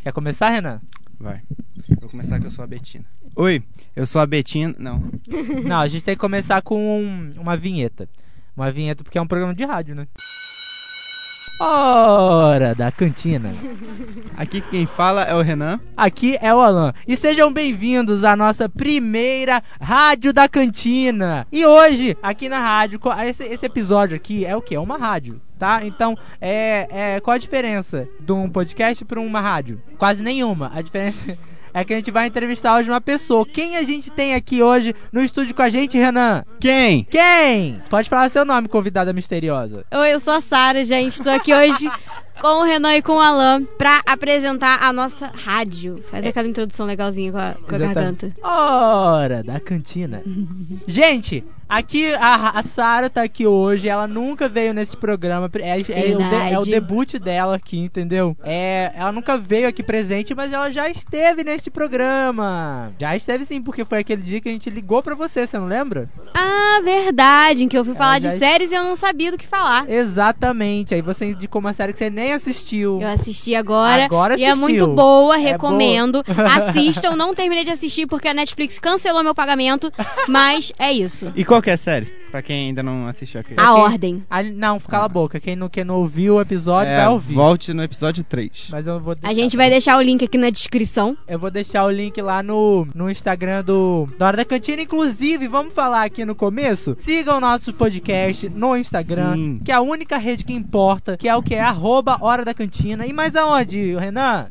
Quer começar, Renan? Vai. Vou começar que eu sou a Betina. Oi, eu sou a Betina. Não. Não, a gente tem que começar com um- uma vinheta. Uma vinheta porque é um programa de rádio, né? Hora da cantina. Aqui quem fala é o Renan. Aqui é o Alan. E sejam bem-vindos à nossa primeira Rádio da Cantina. E hoje, aqui na rádio, co- esse, esse episódio aqui é o que? É uma rádio, tá? Então, é, é- qual a diferença de um podcast para uma rádio? Quase nenhuma. A diferença é que a gente vai entrevistar hoje uma pessoa. Quem a gente tem aqui hoje no estúdio com a gente, Renan? Quem? Quem? Pode falar seu nome, convidada misteriosa. Oi, eu sou a Sara, gente. Tô aqui hoje com o Renan e com o Alan pra apresentar a nossa rádio. Faz aquela introdução legalzinha com a, com a Exatamente. garganta. Hora da cantina. Gente, aqui a, a Sara tá aqui hoje. Ela nunca veio nesse programa. É, é o, de- é o Verdade. debut dela aqui, entendeu? É, ela nunca veio aqui presente, mas ela já esteve neste programa. Já esteve sim, porque foi aquele dia que a gente ligou pra você, você não lembra? Ah, verdade, em que eu fui falar de já- séries e eu não sabia do que falar. Exatamente. Aí você indicou uma série que você nem assistiu. Eu assisti agora. Agora e é assistiu. muito boa, É recomendo. Assistam, não terminei de assistir porque a Netflix cancelou meu pagamento, mas é isso. E qual que é a série? Pra quem ainda não assistiu aqui. A ordem. Ah, não, cala a boca. Quem não, quem não ouviu o É, episódio vai ouvir. Volte no episódio 3. Mas eu vou A deixar- gente vai deixar o link aqui na descrição. Eu vou deixar o link lá no, no Instagram do da Hora da Cantina. Inclusive, vamos falar aqui no começo. Sigam o nosso podcast no Instagram, Sim. que é a única rede que importa, que é o que é arroba Hora da Cantina. E mais aonde, Renan?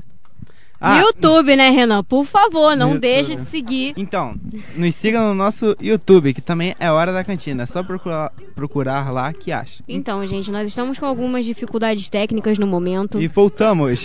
Ah, No YouTube, né, Renan? Por favor, não No deixa YouTube. de seguir. Então, nos siga no nosso YouTube, que também é Hora da Cantina. É só procurar, procurar lá que acha. Então, gente, nós estamos com algumas dificuldades técnicas no momento. E voltamos.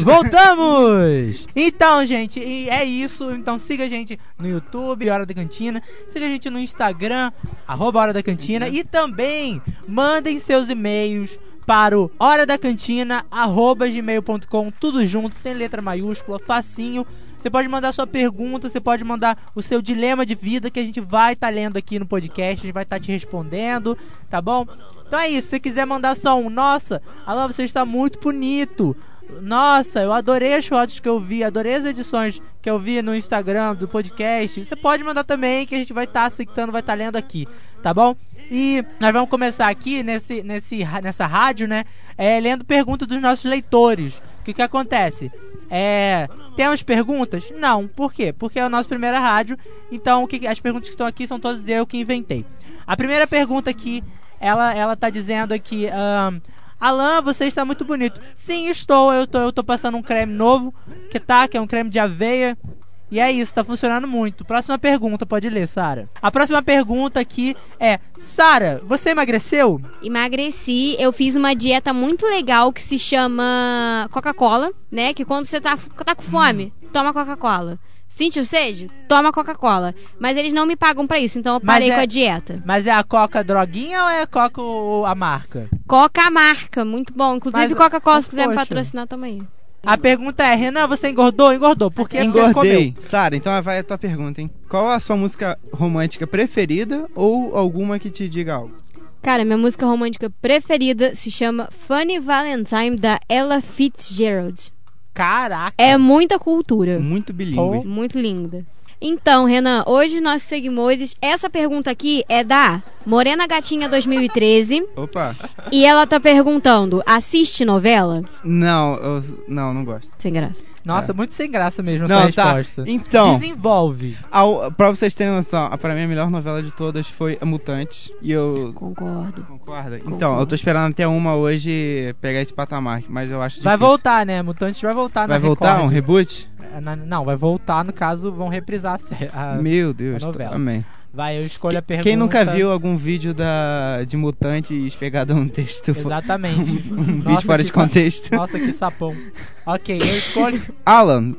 Voltamos! então, gente, e é isso. Então siga a gente no YouTube, Hora da Cantina. Siga a gente no Instagram, arroba Hora da Cantina. E também mandem seus e-mails para o Hora da Cantina, arroba gmail.com, tudo junto, sem letra maiúscula, facinho. Você pode mandar sua pergunta, você pode mandar o seu dilema de vida que a gente vai estar lendo aqui no podcast, a gente vai estar te respondendo, tá bom? Então é isso, se você quiser mandar só um, nossa, Alan, você está muito bonito. Nossa, eu adorei as fotos que eu vi, adorei as edições que eu vi no Instagram do podcast. Você pode mandar também que a gente vai estar aceitando, vai estar lendo aqui, tá bom? E nós vamos começar aqui nesse, nesse, ra- nessa rádio, né? É, lendo perguntas dos nossos leitores. O que, que acontece? É, temos perguntas? Não. Por quê? Porque é a nossa primeira rádio. Então, o que, que- as perguntas que estão aqui são todas eu que inventei. A primeira pergunta aqui, ela, ela tá dizendo aqui. ahn, Alan, você está muito bonito. Sim, estou. Eu tô, eu tô passando um creme novo. Que tá, que é um creme de aveia. E é isso, tá funcionando muito. Próxima pergunta, pode ler, Sara. A próxima pergunta aqui é: Sara, você emagreceu? Emagreci, eu fiz uma dieta muito legal que se chama Coca-Cola, né? Que quando você tá, tá com fome, toma Coca-Cola. Sentiu sede? Toma Coca-Cola. Mas eles não me pagam pra isso, então eu Mas parei é- com a dieta. Mas é a Coca droguinha ou é a Coca o- a marca? Coca marca, muito bom. Inclusive Mas- Coca-Cola, mas se quiser me poxa. patrocinar também. A pergunta é: Renan, você engordou? Engordou. Por quê? Porque comeu. Engordei. Sara, então vai a tua pergunta, hein? Qual a sua música romântica preferida ou alguma que te diga algo? Cara, minha música romântica preferida se chama Funny Valentine, da Ella Fitzgerald. Caraca. É muita cultura. Muito bilíngue. Muito linda. Então, Renan, hoje nós seguimos. Essa pergunta aqui é da Morena Gatinha 2013 Opa. e ela tá perguntando: assiste novela? Não, eu- não, não gosto. Sem graça. Nossa, muito sem graça mesmo não, essa resposta. Então, Desenvolve. ao, pra vocês terem noção, a- pra mim a melhor novela de todas foi A Mutante. E eu. Concordo. Concorda? Então, Concordo. eu tô esperando até uma hoje pegar esse patamar, mas eu acho Vai difícil. voltar, né? Mutante vai voltar Vai na voltar um Record. reboot? É, na- Não, vai voltar, no caso, vão reprisar a série. Ah, a- Meu Deus, a novela. tá- amém. Vai, eu escolho a pergunta. Quem nunca viu algum vídeo da, de mutante e pegado um texto, fo- Exatamente. um vídeo fora de contexto? Nossa, que sapão. Ok, eu escolho. Alan,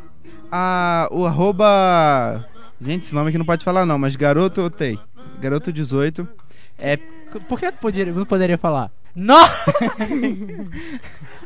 a, o arroba. Gente, esse nome aqui não pode falar não, mas garoto eu tenho. Garoto 18. É, Por que eu poderia, não poderia falar? Nossa!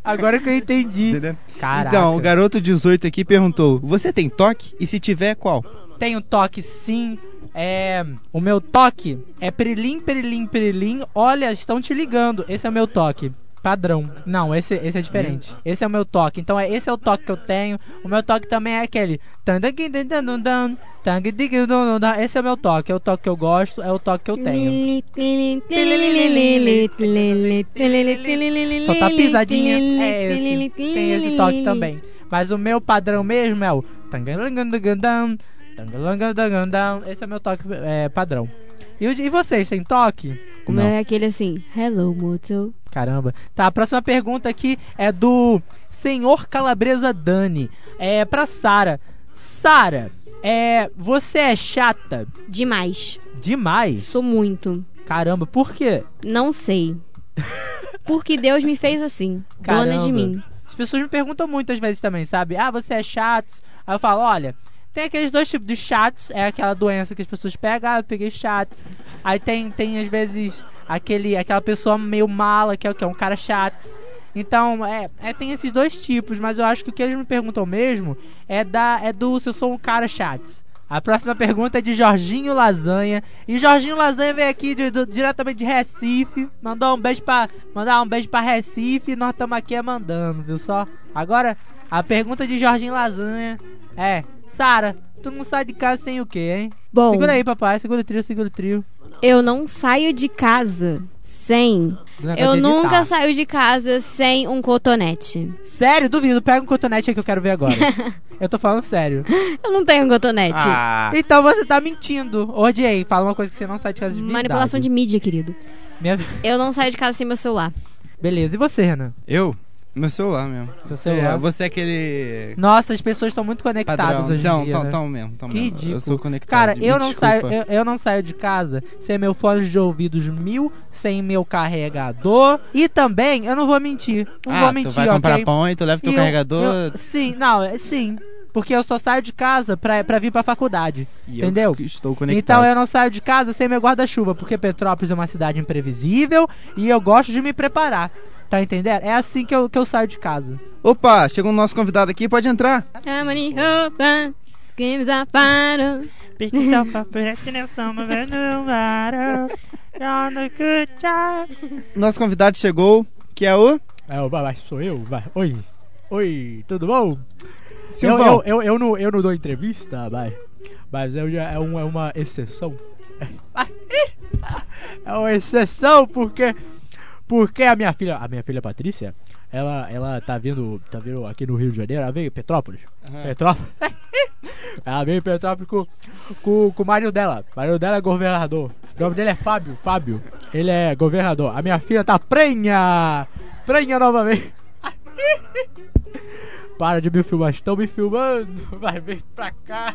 Agora que eu entendi. entendeu? Caraca. Então, o garoto 18 aqui perguntou: Você tem toque? E se tiver, qual? Tenho toque sim. É, o meu toque é prilim, prilim, prilim. Olha, estão te ligando. Esse é o meu toque. Padrão. Não, esse, esse é diferente. Esse é o meu toque. Então, é, esse é o toque que eu tenho. O meu toque também é aquele. tandaguidandandandam, tanguidiguidandandam. Esse é o meu toque. É o toque que eu gosto, é o toque que eu tenho. Só tá pisadinha. É esse. Tem esse toque também. Mas o meu padrão mesmo é o. tangalangandangandam, tangalangandangandam. Esse é o meu toque é, padrão. E, o de- e vocês têm toque? O meu Não. é aquele assim, hello, Moto. Caramba. Tá, a próxima pergunta aqui é do Senhor Calabresa Dani. É pra Sara. Sara, é, você é chata Demais. demais? Sou muito. Caramba, por quê? Não sei. Porque Deus me fez assim, dona de Caramba. mim. As pessoas me perguntam muitas vezes também, sabe? Ah, você é chato? Aí eu falo, olha, tem aqueles dois tipos de chatos, é aquela doença que as pessoas pegam, ah, eu peguei chato. Aí tem, tem às vezes, aquele, aquela pessoa meio mala, que é o que? É um cara chato. Então, é, é, tem esses dois tipos, mas eu acho que o que eles me perguntam mesmo é, da, é do se eu sou um cara chato. A próxima pergunta é de Jorginho Lasanha. E Jorginho Lasanha veio aqui de- do- diretamente de Recife. Mandou um beijo pra. Mandar um beijo pra Recife. Nós estamos aqui é mandando, viu só? Agora, a pergunta de Jorginho Lasanha é. Sara, tu não sai de casa sem o quê, hein? Bom, Segura aí, papai. Segura o trio, segura o trio. eu não saio de casa sem. Do negócio Eu de nunca editar. saio de casa sem um cotonete. Sério, duvido. Pega um cotonete aí que eu quero ver agora. eu tô falando sério. Eu não tenho um cotonete. Ah, Então você tá mentindo. Odiei. Fala uma coisa que você não sai de casa de verdade. Manipulação de mídia, querido. Minha... Eu não saio de casa sem meu celular. Beleza. E você, Renan? eu? Meu celular mesmo. Seu celular? É, você é aquele. Nossa, as pessoas estão muito conectadas Padrão. hoje Então, em dia. tão, né? tão mesmo, tão Que mesmo. ridículo. Eu sou conectado. Cara, me eu não, Tá, desculpa. saio, eu, eu não saio de casa sem meu fone de ouvidos mil, sem meu carregador. E também, eu não vou mentir. Não ah, vou mentir, tu vai comprar ok? pão e tu leva teu E eu- carregador. eu- sim, não, é- sim. Porque eu só saio de casa pra, pra vir pra faculdade. e entendeu? Eu que estou Então conectado. eu não saio de casa sem meu guarda-chuva, porque Petrópolis é uma cidade imprevisível e eu gosto de me preparar. Tá entendendo? É assim que eu, que eu saio de casa. Opa, chegou o nosso convidado aqui, pode entrar. Ah, Nosso convidado chegou, que é o É, o vai, sou eu. Vai. Oi. Oi, tudo bom? Eu, Silvão. eu, eu, eu, não, eu não dou entrevista, vai. Mas eu já, é, um, é uma exceção. É uma exceção porque. Porque a minha filha. A minha filha Patrícia, ela, ela tá vindo. Tá vindo aqui no Rio de Janeiro, ela veio em Petrópolis. Petrópolis. ela veio em Petrópolis com, com, com o marido dela. O marido dela é governador. O nome dele é Fábio. Fábio. Ele é governador. A minha filha tá prenha! Prenha novamente! Para de me filmar, estão me filmando! Vai, vem pra cá!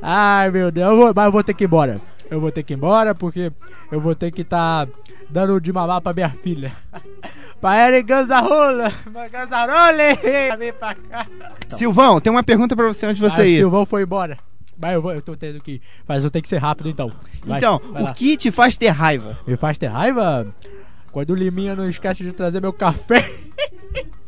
Ai meu Deus, eu vou- mas eu vou ter que ir embora. Eu vou ter que ir embora porque eu vou ter que estar dando de mamar pra minha filha. pra Eric Ganzarola! Ganzarole! Vem pra cá! Silvão, tem uma pergunta pra você antes de você Aí o ir. Ah, Silvão foi embora. Mas eu, vou, eu tô tendo que. Mas eu tenho que ser rápido então. Vai, Então, vai lá. o que te faz ter raiva? Me faz ter raiva quando o Liminha não esquece de trazer meu café.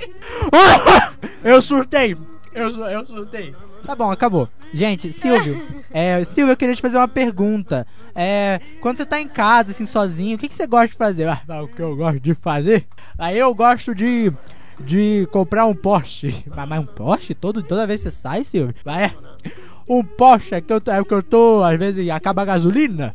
Ah! eu surtei! Eu, su- eu surtei. Tá bom, acabou. Gente, Silvio, é, Silvio, eu queria te fazer uma pergunta. É, quando você tá em casa, assim, sozinho, o que, que você gosta de fazer? Ah, mas o que eu gosto de fazer? Aí eu gosto de. de comprar um Porsche. Mas, mas um Porsche? Todo, toda vez que você sai, Silvio? Mas é. Um Porsche é que eu, tô- é o que eu tô, às vezes, acaba a gasolina.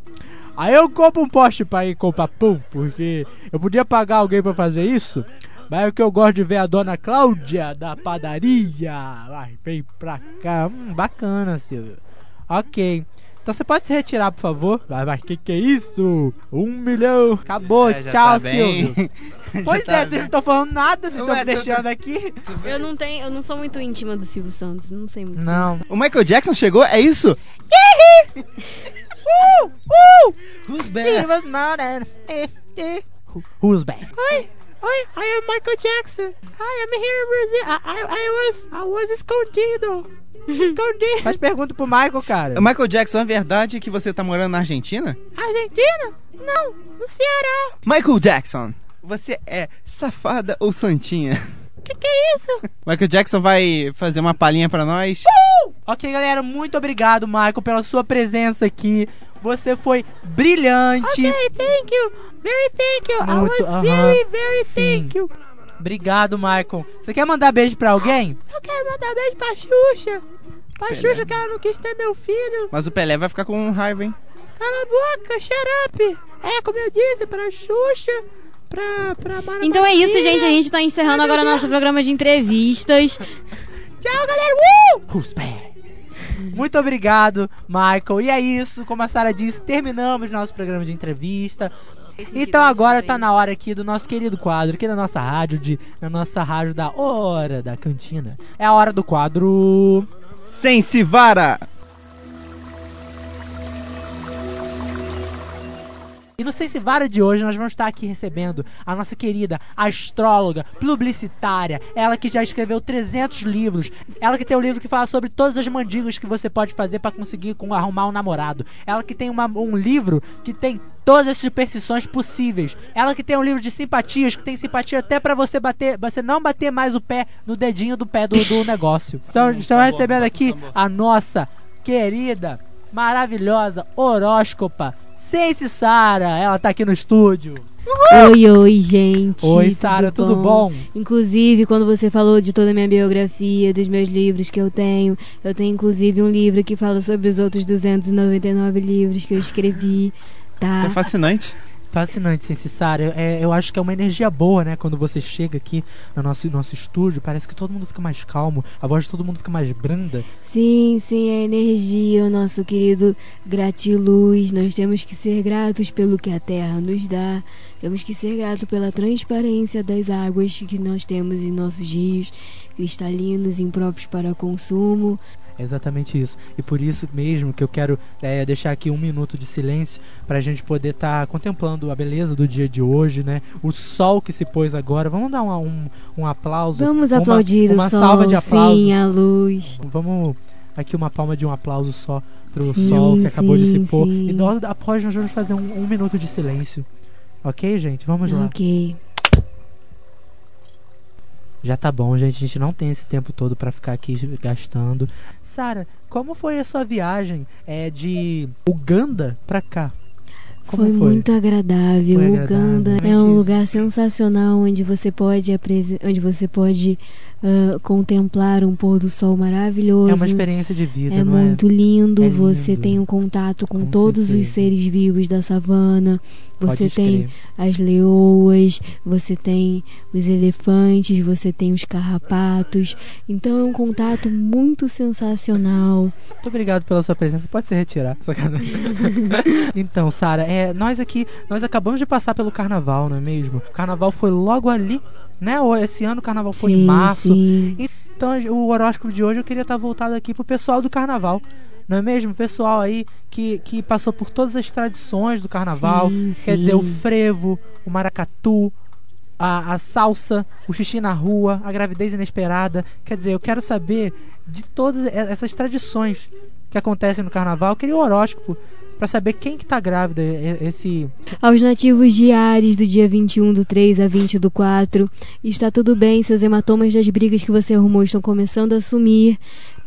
Aí eu compro um poste pra ir comprar pão, porque eu podia pagar alguém pra fazer isso, mas o que eu gosto de ver é a dona Cláudia da padaria. Vai, vem pra cá. Hum, bacana, Silvio. Ok. Então você pode se retirar, por favor? Vai, vai, que que é isso? Um milhão. Acabou, É, já tchau, tá bem. Silvio. Já Pois tá é é, vocês não estão falando nada, vocês Ué, estão me tu- deixando aqui. Eu não tenho, eu não sou muito íntima do Silvio Santos, não sei muito. Não. O Michael Jackson chegou, é isso? Uh! Uh! Who's She was modern. Eh, eh. Who- Who's back? Oi, oi, I am Michael Jackson. I am here in Brazil. I, I, I was, I was escondido. Escondido. Faz pergunta pro Michael, cara. O Michael Jackson, é verdade que você tá morando na Argentina? Argentina? Não, no Ceará. Michael Jackson, você é safada ou santinha? Que que é isso? Uh! Michael Jackson vai fazer uma palhinha pra nós. Ok, galera, muito obrigado, Michael, pela sua presença aqui. Você foi brilhante. Thank you. Very thank you. I Muito, was aham. very, very Sim. thank you. Obrigado, Michael. Você quer mandar beijo pra alguém? Eu quero mandar beijo pra Xuxa. Pra Pera. Xuxa que ela não quis ter meu filho. Mas o Pelé vai ficar com raiva, hein? Cala a boca, xarope. É, como eu disse, pra Xuxa, pra, pra Mara Então é isso, Maravilha. gente. A gente tá encerrando agora o nosso programa de entrevistas. Tchau, galera. Uh! Muito obrigado, Michael. E é isso, como a Sara disse, terminamos nosso programa de entrevista. Então agora tá na hora aqui do nosso querido quadro, aqui na nossa rádio, de, na nossa rádio da hora da cantina. É a hora do quadro. Sensivara! E no Sem Vara de hoje nós vamos estar aqui recebendo a nossa querida astróloga, publicitária, ela que já escreveu 300 livros, ela que tem um livro que fala sobre todas as mandigas que você pode fazer pra conseguir com- arrumar um namorado, ela que tem uma- um livro que tem todas as superstições possíveis, ela que tem um livro de simpatias, que tem simpatia até pra você bater, você não bater mais o pé no dedinho do pé do, do negócio. Então, estamos recebendo aqui a nossa querida, maravilhosa horóscopa Sense Sara. Ela tá aqui no estúdio. Oi, oi, gente. Uh! Oi, Sara, tudo bom? Inclusive, quando você falou de toda a minha biografia, dos meus livros que eu tenho, eu tenho inclusive um livro que fala sobre os outros 299 livros que eu escrevi, Isso é tá? fascinante. Fascinante, Sense Sara. É, eu acho que é uma energia boa, né? Quando você chega aqui no nosso, nosso estúdio, parece que todo mundo fica mais calmo, a voz de todo mundo fica mais branda. Sim, sim, é energia, o nosso querido gratiluz. Nós temos que ser gratos pelo que a terra nos dá. Temos que ser gratos pela transparência das águas que nós temos em nossos rios, cristalinos, impróprios para consumo. É exatamente isso. E por isso mesmo que eu quero é, deixar aqui um minuto de silêncio pra gente poder estar contemplando a beleza do dia de hoje, né? O sol que se pôs agora. Vamos dar uma- um, um aplauso. Vamos Uma- aplaudir uma o sol, salva de aplauso. sim, a luz. Vamos aqui uma palma de um aplauso só pro Sim, sol que acabou de sim, se pôr. sim. E nós, após nós vamos fazer um, um minuto de silêncio. Ok, gente? Vamos lá. Ok. Já tá bom, gente. A gente não tem esse tempo todo pra ficar aqui gastando. Sara, como foi a sua viagem é, de Uganda pra cá? Como foi, foi? muito agradável. Foi Uganda agradável, né, é um isso. lugar sensacional onde você pode apresen- onde você pode ah, contemplar um pôr do sol maravilhoso. É uma experiência de vida, É não muito lindo, É você lindo. tem um contato com, Com todos os certeza. seres vivos da savana. é? Pode Você tem crer. as leoas, você tem os elefantes, você tem os carrapatos. Então é um contato muito sensacional. Muito obrigado pela sua presença. Pode se retirar. Sacanagem. então, Sara, é, nós aqui, nós acabamos de passar pelo carnaval, não é mesmo? O carnaval foi logo ali, né? Ou Esse ano o carnaval foi em sim, março. sim. Então, o horóscopo de hoje eu queria estar voltado aqui pro pessoal do carnaval. Não é mesmo? O pessoal aí que, que passou por todas as tradições do carnaval. Sim, Quer sim. dizer, o frevo, o maracatu, a, a salsa, o xixi na rua, a gravidez inesperada. Quer dizer, eu quero saber de todas e- essas tradições que acontecem no carnaval. Eu queria o horóscopo pra saber quem que tá grávida e- esse... Aos nativos de Ares, do dia 21 do 3 a 20 do 4, está tudo bem, seus hematomas das brigas que você arrumou estão começando a sumir.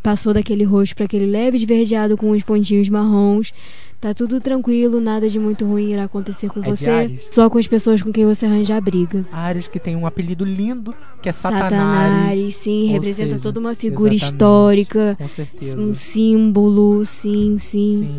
Passou daquele roxo para aquele leve esverdeado com uns pontinhos marrons. Tá tudo tranquilo, nada de muito ruim irá acontecer com É de você, Ares? só com as pessoas com quem você arranjar briga. Ares que tem um apelido lindo, que é Satanás. sim, Ou representa seja, toda uma figura exatamente. histórica, Com certeza. um símbolo, sim, sim.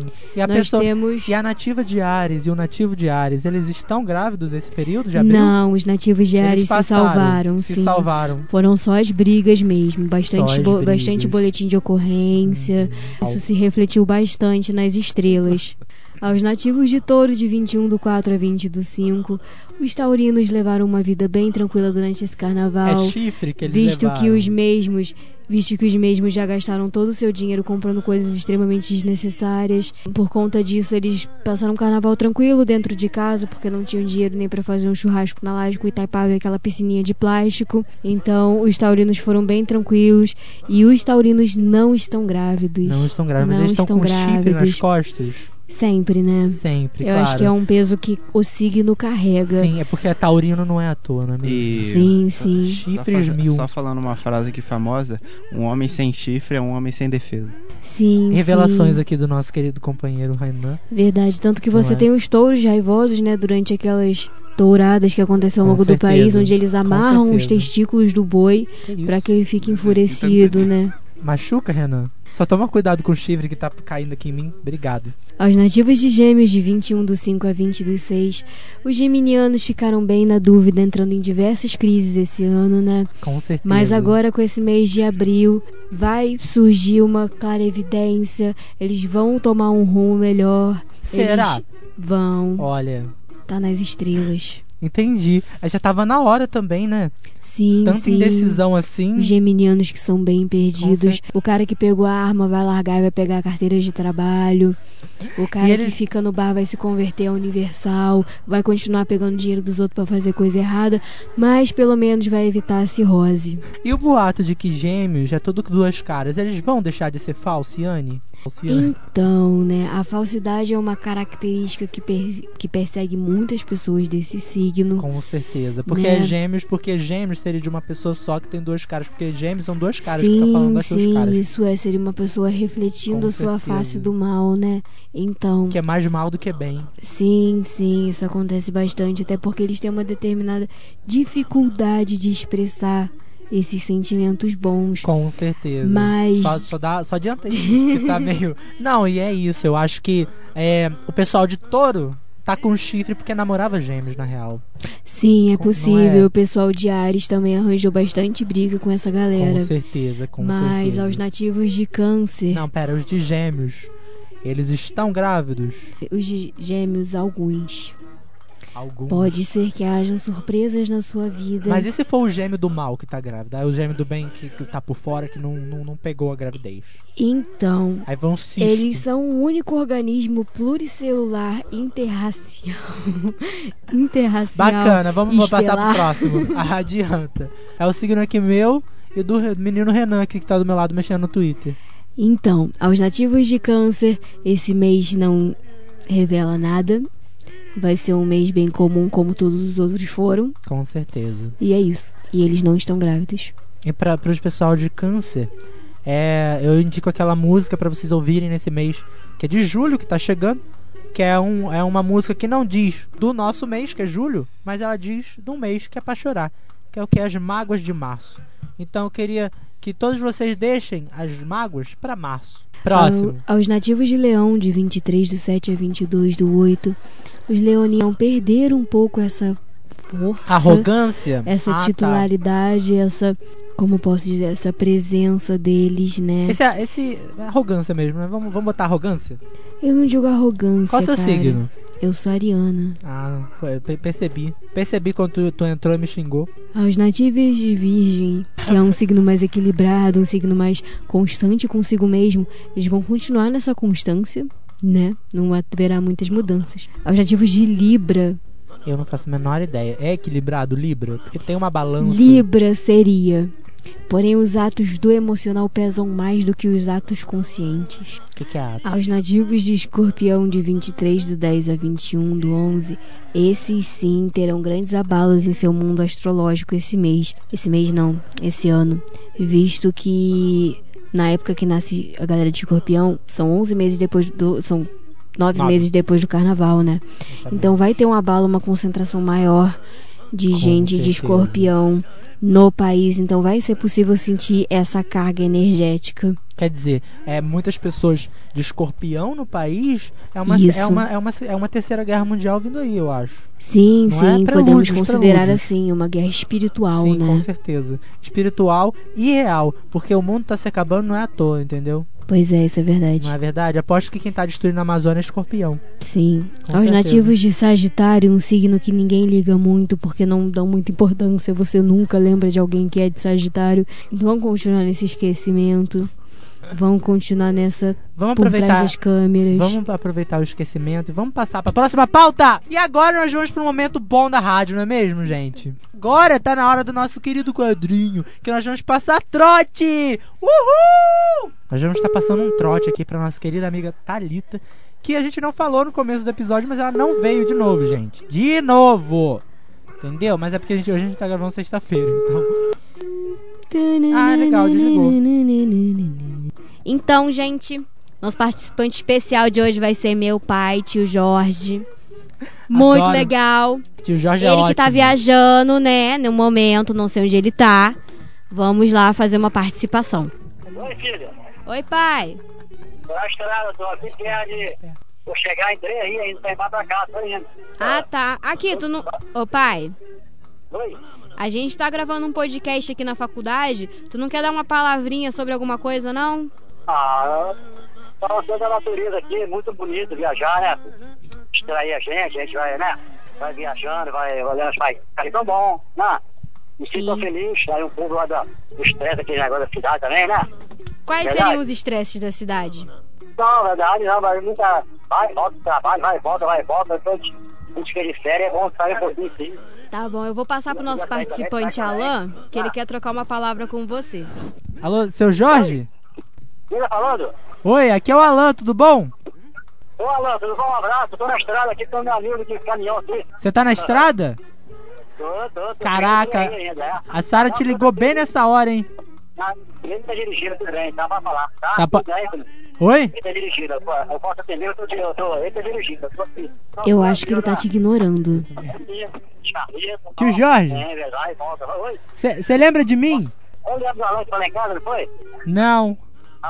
Sim. E a Nós pessoa... temos E a nativa de Ares e o nativo de Ares, eles estão grávidos esse período de abril? Não, os nativos de Eles Ares se passaram, salvaram, se sim. salvaram. Foram só as brigas mesmo, Só bastante, as bo- brigas. Uhum. bastante boletim de ocorrência. Isso se refletiu bastante nas estrelas. Aos nativos de touro de 21 do 4 a 20 do 5, os taurinos levaram uma vida bem tranquila durante esse É carnaval, chifre que eles visto levaram. que os mesmos, visto que os mesmos já gastaram todo o seu dinheiro comprando coisas extremamente desnecessárias. Por conta disso, eles passaram um carnaval tranquilo dentro de casa, porque não tinham dinheiro nem para fazer um churrasco na laje com Itaipava e aquela piscininha de plástico. Então, os taurinos foram bem tranquilos e os taurinos não estão grávidos. Não estão grávidos, Não eles estão, estão com chifre nas grávidos. costas. Sempre, né? Sempre, Eu claro. acho que é um peso que o signo carrega. Sim, é porque a taurino não é à toa, não é mesmo? E... sim. sim. Chifres só, fa- mil. Só falando uma frase aqui famosa: um homem sem chifre é um homem sem defesa. Sim, Revelações sim. aqui do nosso querido companheiro Rainan. Verdade, tanto que você Não é? tem os touros raivosos, né, durante aquelas touradas que acontecem ao Com longo do certeza, país, onde eles amarram os certeza. testículos do boi Que isso? pra que ele fique enfurecido, né? Machuca, Renan? Só toma cuidado com o chifre que tá caindo aqui em mim. Obrigado. Aos nativos de Gêmeos de 21 do 5 a 20 do 6, os geminianos ficaram bem na dúvida, entrando em diversas crises esse ano, né? Com certeza. Mas agora com esse mês de abril vai surgir uma clara evidência, eles vão tomar um rumo melhor, Será? eles- vão, Olha, tá nas estrelas. entendi. Aí já tava na hora também, né? Sim, Tanta sim. indecisão Os assim. geminianos que são bem perdidos. certeza. O cara que pegou a arma vai largar e vai pegar a carteira de trabalho. O cara ele- que fica no bar vai se converter a universal. Vai continuar pegando dinheiro dos outros pra fazer coisa errada. Mas pelo menos vai evitar a cirrose. E o boato de que gêmeos é tudo com duas caras. Eles vão deixar de ser falciane? Falciane. Então, né? A falsidade é uma característica que, per- que persegue muitas pessoas desse signo. Com certeza. Porque Né? é gêmeos, porque gêmeos seria de uma pessoa só que tem duas caras. Porque gêmeos são dois caras que tá falando sim, daqueles sim, caras. isso é. Seria uma pessoa Com refletindo a sua certeza. face do mal, né? Então. Que é mais mal do que bem. Sim, sim, isso acontece bastante, até porque eles têm uma determinada dificuldade de expressar esses sentimentos bons. Com certeza. Mas- Só, só, dá, só adianta aí. que tá meio. Não, e é isso. Eu acho que é, o pessoal de touro tá com chifre porque namorava gêmeos, na real. Sim, é Com- não possível. é? O pessoal de Ares também arranjou bastante briga com essa galera. Com certeza, com Mas certeza. aos nativos de Câncer, Não, pera, os de gêmeos. Eles estão grávidos? os de Gêmeos, alguns. Alguns. Pode ser que hajam surpresas na sua vida. Mas e se for o gêmeo do mal que tá grávido? Aí o gêmeo do bem que, que tá por fora, que não, não, não pegou a gravidez. Então, Aí vão se. Eles são o único organismo pluricelular interracial. interracial. Bacana, vamos passar pro estelar. próximo. Ah, Adianta. É o signo aqui meu e do re- menino Renan aqui que tá do meu lado mexendo no Twitter. Então, aos nativos de câncer, esse mês não revela nada. Vai ser um mês bem comum, como todos os outros foram. Com certeza. E é isso. E eles não estão grávidos. E para os pessoal de câncer, é, eu indico aquela música pra vocês ouvirem nesse mês, que é de julho que tá chegando, que é, um, é uma música que não diz do nosso mês, que é julho, mas ela diz de um mês que é pra chorar, que é o que é as mágoas de março. Então eu queria que todos vocês deixem as mágoas pra março. Próximo. Ao- aos nativos de Leão, de 23 do 7 a 22 do 8, os leoninos perderam um pouco essa força. Arrogância? essa Ah, tá. titularidade, essa, como posso dizer, essa presença deles, né? Esse, é- esse é arrogância mesmo, né? Vamos, vamos botar arrogância? Eu não digo arrogância. Qual é o seu cara. signo? Eu sou ariana. Ah, foi, pe- percebi. Percebi quando tu, tu entrou e me xingou. Aos nativos de Virgem, que é um signo mais equilibrado, um signo mais constante consigo mesmo, eles vão continuar nessa constância, né? Não haverá muitas mudanças. Aos nativos de Libra, Eu não faço a menor ideia. É equilibrado Libra? Porque tem uma balança. Libra seria. Porém, os atos do emocional pesam mais do que os atos conscientes. O que, que é ato? Aos nativos de escorpião de 23 do 10 a 21 do 11, esses sim terão grandes abalos em seu mundo astrológico esse mês. Esse mês não, esse ano. Visto que na época que nasce a galera de escorpião, são 11 meses depois do... São 9 Nove. meses depois do carnaval, né? Então vai ter um abalo, uma concentração maior de Com gente certeza. de escorpião no país. Então vai ser possível sentir essa carga energética. Quer dizer, é, muitas pessoas de escorpião no país é uma, Isso. é, uma, é, uma, é uma terceira guerra mundial vindo aí, eu acho. Sim, Não sim, é podemos prelúdios, considerar prelúdios. assim uma guerra espiritual, Sim, com né? certeza. Espiritual e real. Porque o mundo tá se acabando, não é à toa, entendeu? Pois é, isso é verdade. Não é verdade? Aposto que quem tá destruindo a Amazônia é escorpião. Sim. Com Aos certeza. nativos de Sagitário, um signo que ninguém liga muito porque não dão muita importância, você nunca lembra de alguém que é de Sagitário, vão continuar nesse esquecimento, vão continuar nessa Vamos por trás aproveitar. das câmeras. Vamos aproveitar o esquecimento e vamos passar para a próxima pauta. E agora nós vamos para um momento bom da rádio, não é mesmo, gente? Agora tá na hora do nosso querido quadrinho, que nós vamos passar tá trote. Uhul! Nós vamos estar passando um trote aqui para nossa querida amiga Talita, que a gente não falou no começo do episódio, mas ela não veio de novo, gente. De novo! Entendeu? Mas é porque a gente, hoje a gente tá gravando sexta-feira, então. Ah, legal, desligou. Então, gente, nosso participante especial de hoje vai ser meu pai, tio Jorge. Muito Adoro. legal. Tio Jorge é ele que tá ótimo. viajando, né? No momento, não sei onde ele tá. Vamos lá fazer uma participação. Oi, filho. Oi, pai. Tô na estrada, tô aqui perto de... Vou chegar em trem aí, ainda tá embaixo da casa, tô indo. Ah, tá. Aqui, tu não. Ô, pai, Oi. a gente tá gravando um podcast aqui na faculdade. Tu não quer dar uma palavrinha sobre alguma coisa, não? Ah, fala sobre a natureza aqui, muito bonito viajar, né? Distrair a gente, a gente vai, né? Vai viajando, vai olhando as paisagens, Aí tão bom, né? Me sinto Sim. feliz, aí um pouco lá da- do estresse aqui agora da cidade também, né? Quais Verdade. seriam os estresses da cidade? Não, verdade, não, mas nunca vai, e volta, trabalho, vai, e volta, vai, e volta, então a gente, a gente fica de férias, é bom sair um pouquinho sim. Tá bom, eu vou passar pro nosso participante Alan, que ele quer trocar uma palavra com você. Alô, seu Jorge? Quem tá falando? Oi, aqui é o Alan, tudo bom? Ô, Alan, tudo bom? Um abraço, tô na estrada aqui, tô meu amigo de caminhão aqui. Você tá na estrada? Tô, tô, tô Caraca. bem, tô bem ainda, é. A Sara te ligou bem nessa hora, hein? Ah, Ele tá dirigindo, tudo bem, tá? Pra falar, tá? Tá pa- Tudo bem, tudo- Oi? ele tá dirigindo, eu po- eu posso atender, eu tô, de- eu tô, ele tá dirigindo, eu tô aqui. Então, Eu acho que ele tá te ignorando. tá, Tio Jorge. É, verdade, volta. Oi, Você lembra de mim? olha o Alan que tá lá em casa, não foi? Não.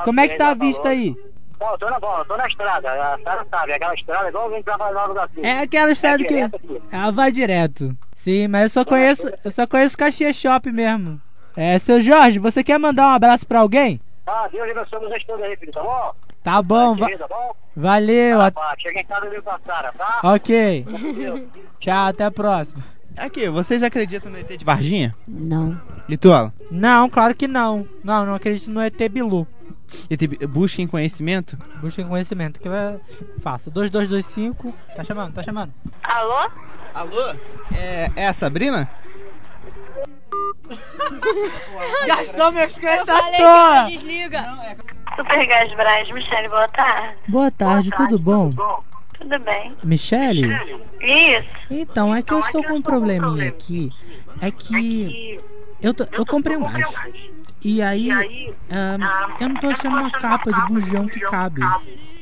Como é que tá a vista aí? Bom, eu tô na bola, eu tô na estrada, a Sara sabe, aquela estrada é igual vem pra Nova Iguaçu. É aquela estrada que. direto aqui. Ela vai direto. Sim, mas eu só conheço. Eu só conheço Caxias Shop mesmo. É, seu Jorge, você quer mandar um abraço pra alguém? Ah, Deus abençoe vocês todos aí, filho, tá bom? Tá bom, va- Querido, Tá bom? valeu. a- Ah, chega em casa e vem com a Sara, tá? Ok. Tchau, até a próxima. Aqui, vocês acreditam no ET de Varginha? Não. Lituala. Não, claro que não. Não, não acredito no ET Bilu. ET bi- busquem conhecimento? Busquem conhecimento, que é fácil. 2225. Tá chamando, tá chamando. Alô? Alô? É, é a Sabrina? Gastou meus créditos à Falei que toa! desliga. Super Gás Brás, Michele, boa tarde. Boa tarde, tudo bom? Tudo bem? Michele? Isso? Então, é que eu Então, estou com é que eu um estou com um probleminha probleminha. aqui. É que E eu, tô- eu comprei um gás. E aí, ah, eu não tô achando uma capa de bujão que cabe.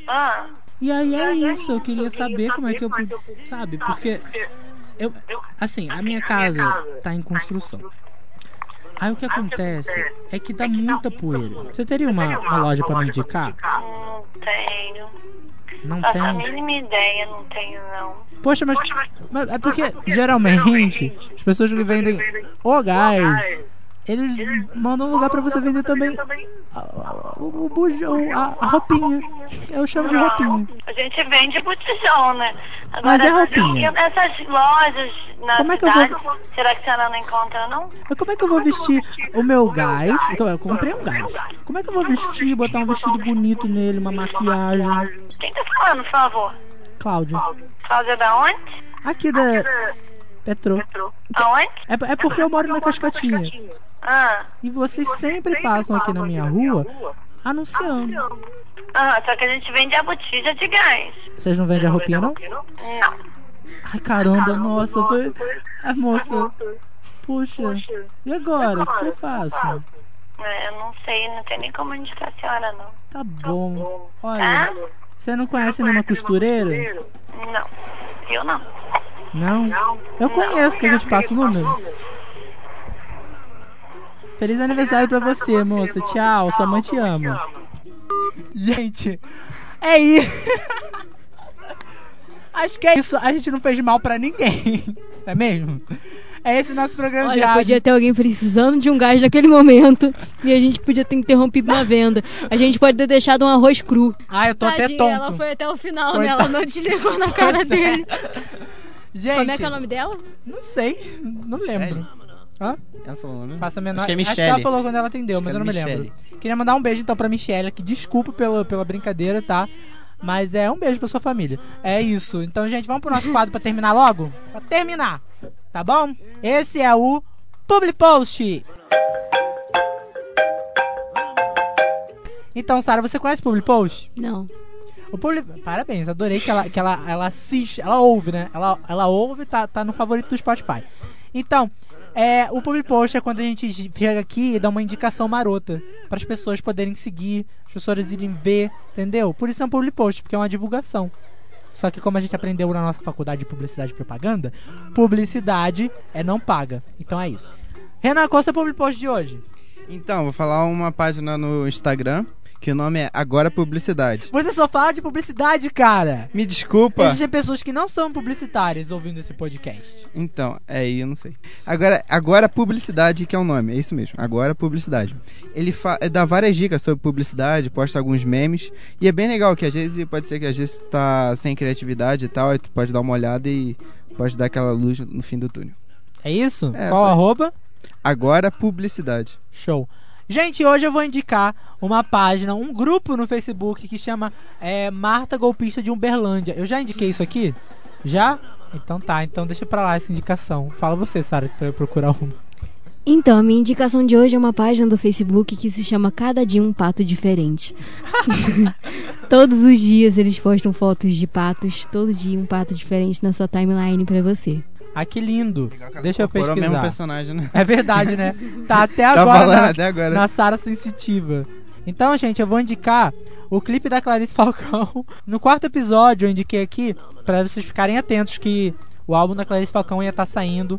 Ah, E aí é isso, eu queria saber como é que eu. pu- Sabe, porque. Eu, assim, a minha casa tá em construção. Aí o que acontece é que dá muita poeira. Você teria uma, uma loja pra me indicar? não tenho. Não Faço a tem. mínima ideia, não tenho, não. Poxa, mas, mas é porque geralmente as pessoas que vendem o gás, eles mandam um lugar pra você vender também a- a- o, o bujão, a, a roupinha. Eu chamo de é roupinha. A gente vende botijão, né? Agora, Mas é roupinha. Essas lojas na Como é que eu cidade, vou- será que a senhora não encontra, não? Mas como é que eu vou vestir o meu gás? Então, Eu comprei um gás. Como é que eu vou vestir, botar um vestido bonito nele, uma maquiagem? Quem tá falando, por favor? Cláudio, Cláudia da onde? aqui da Petro. Aonde? É, é porque eu moro na Cascatinha. Ah, E vocês sempre passam aqui na minha rua né, anunciando. ah, só que a gente vende a botija de gás. Vocês não vendem a roupinha, não? Não. Ai, caramba, nossa, foi... A moça... Puxa, e agora? O que eu faço? É, Eu não sei, não tem nem como indicar a senhora, não. Tá bom. Tá? Olha, você não conhece nenhuma costureira? Não. Eu não. Não? Eu conheço, que a gente passa o número. Feliz aniversário pra você, moça. Tchau, sua mãe te ama. Gente, é isso. Acho que é isso. A gente não fez mal pra ninguém. É mesmo? É esse o nosso programa de Olha, rádio. podia ter alguém precisando de um gás naquele momento. E a gente podia ter interrompido uma venda. A gente pode ter deixado um arroz cru. Ah, eu tô até Tadinha, tonto. ela foi até o final, né? Coitada. Ela não desligou na cara Pois é. dele. Gente, Como é que é o nome dela? não sei. Não lembro. Hã? Ela falou o nome? Faça a menor... Acho que é Acho que Michele. ela falou quando ela atendeu, Acho mas que eu é não me Michele. lembro. Queria mandar um beijo então pra Michelle, que desculpa pela, pela brincadeira, tá? Mas é um beijo pra sua família. É isso. Então, gente, vamos pro nosso quadro pra terminar logo? Pra terminar. Tá bom? Esse é o Public Post. Então, Sara, você conhece Public Post? Não. O público. Parabéns, adorei que ela, que ela, ela assiste, ela ouve, né? Ela, ela ouve, tá, tá no favorito do Spotify. Então, é, o public post é quando a gente chega aqui e dá uma indicação marota para as pessoas poderem seguir, as pessoas irem ver, entendeu? Por isso é um public post, porque é uma divulgação. Só que como a gente aprendeu na nossa faculdade de publicidade e propaganda, publicidade é não paga. Então é isso. Renan, qual é o seu public post de hoje? Então, vou falar uma página no Instagram que o nome é Agora Publicidade. Você só fala de publicidade, cara. Me desculpa. Existem pessoas que não são publicitárias ouvindo esse podcast. Então, é aí, eu não sei. Agora, agora publicidade que é o nome, é isso mesmo. Agora publicidade. Ele fa- eh, dá várias dicas sobre publicidade, posta alguns memes e é bem legal que às vezes pode ser que às vezes tu tá sem criatividade e tal, aí tu pode dar uma olhada e pode dar aquela luz no fim do túnel. É isso? É, Qual essa aí. arroba? Agora publicidade. Show. Gente, hoje eu vou indicar uma página, um grupo no Facebook que chama é, Marta Golpista de Uberlândia. Eu já indiquei isso aqui? Já? Então tá, então deixa pra lá essa indicação. Fala você, Sara, tá pra eu procurar uma. Então, a minha indicação de hoje é uma página do Facebook que se chama Cada Dia um Pato Diferente. Todos os dias eles postam fotos de patos, todo dia um pato diferente na sua timeline pra você. Ah, que lindo. Deixa eu Incorporou o mesmo pesquisar. personagem, né? É verdade, né? Tá até Tá agora falando na, até agora. na Sara Sensitiva. Então, gente, eu vou indicar o clipe da Clarice Falcão. No quarto episódio eu indiquei aqui pra vocês ficarem atentos que o álbum da Clarice Falcão ia estar saindo.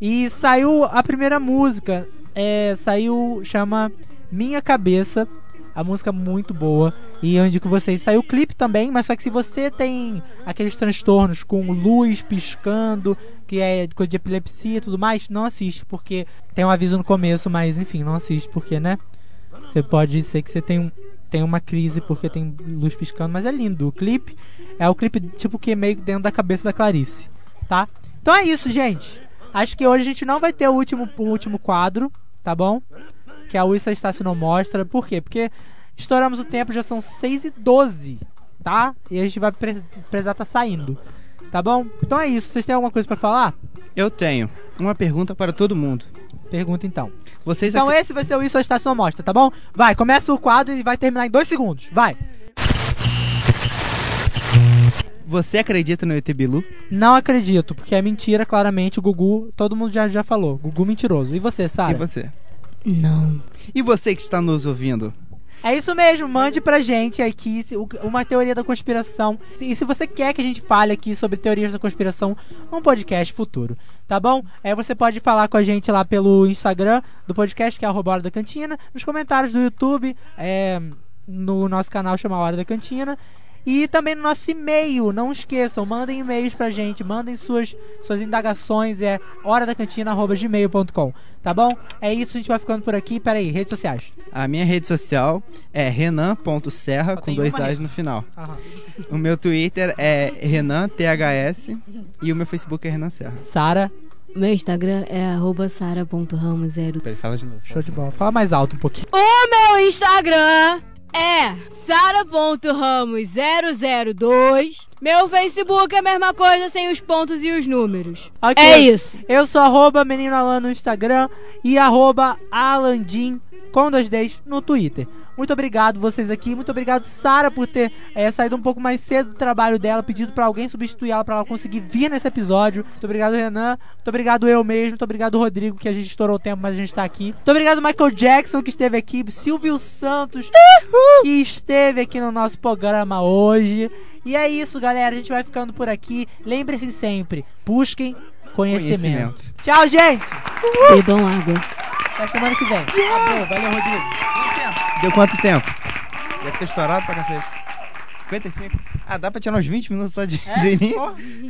E saiu a primeira música. É, saiu, chama Minha Cabeça. A música é muito boa. E eu indico vocês. Saiu o clipe também, mas só que se você tem aqueles transtornos com luz piscando, que é coisa de epilepsia e tudo mais, não assiste, porque tem um aviso no começo, mas enfim, não assiste, porque, né? Você pode ser que você tem, um, tem uma crise porque tem luz piscando, mas é lindo. O clipe é o clipe, tipo, que é meio dentro da cabeça da Clarice, tá? Então é isso, gente. Acho que hoje a gente não vai ter o último, o último quadro, tá bom? Que a Uissa está se não mostra. Por quê? Porque estouramos o tempo, já são 6 e 12 tá? E a gente vai pre- precisar tá saindo. Tá bom? Então é isso. Vocês têm alguma coisa pra falar? Eu tenho uma pergunta para todo mundo. Pergunta então. Vocês Então esse vai ser o Isso ou Estação Mostra, tá bom? Vai, começa o quadro e vai terminar em dois segundos. Vai. Você acredita no ET Bilu? Não acredito, porque é mentira, claramente. O Gugu, todo mundo já, já falou. Gugu mentiroso. E você, E Sara? você? Não. E você que está nos ouvindo? É isso mesmo, mande pra gente aqui se- o- uma teoria da conspiração. Se- E se você quer que a gente fale aqui sobre teorias da conspiração num podcast futuro, tá bom? É, você pode falar com a gente lá pelo Instagram do podcast, que é arroba Hora da Cantina, nos comentários do YouTube, é, no nosso canal chama Hora da Cantina. E também no nosso e-mail, não esqueçam, mandem e-mails pra gente, mandem suas, suas indagações, é horadacantina.gmail.com, tá bom? É isso, a gente vai ficando por aqui. Pera aí, redes sociais. A minha rede social é renan.serra Só com tem dois uma A's rede. no final. O meu Twitter é renanths e o meu Facebook é renan serra. Sara, Meu Instagram é arroba sara.ramosero. Peraí, fala de novo. show de bola. Fala mais alto um pouquinho. Meu Instagram é sara.ramos002. Meu Facebook é a mesma coisa sem os pontos e os números. Ok. É isso. Eu sou arroba menino Alan no Instagram e arroba Alandim com dois Ds no Twitter. Muito obrigado vocês aqui, muito obrigado Sara por ter eh, saído um pouco mais cedo do trabalho dela, pedido pra alguém substituir ela pra ela conseguir vir nesse episódio. Muito obrigado Renan, muito obrigado eu mesmo, muito obrigado Rodrigo que a gente estourou o tempo, mas a gente tá aqui. Muito obrigado Michael Jackson que esteve aqui, Silvio Santos que esteve aqui no nosso programa hoje. E é isso, galera, a gente vai ficando por aqui. Lembre-se sempre, busquem conhecimento. Conhecimento. Tchau, gente! Bebam água. Até semana que vem. Acabou. Valeu, Rodrigo. Deu quanto tempo? Deve ter estourado pra cacete. 55? Ah, dá pra tirar uns 20 minutos só de, do início?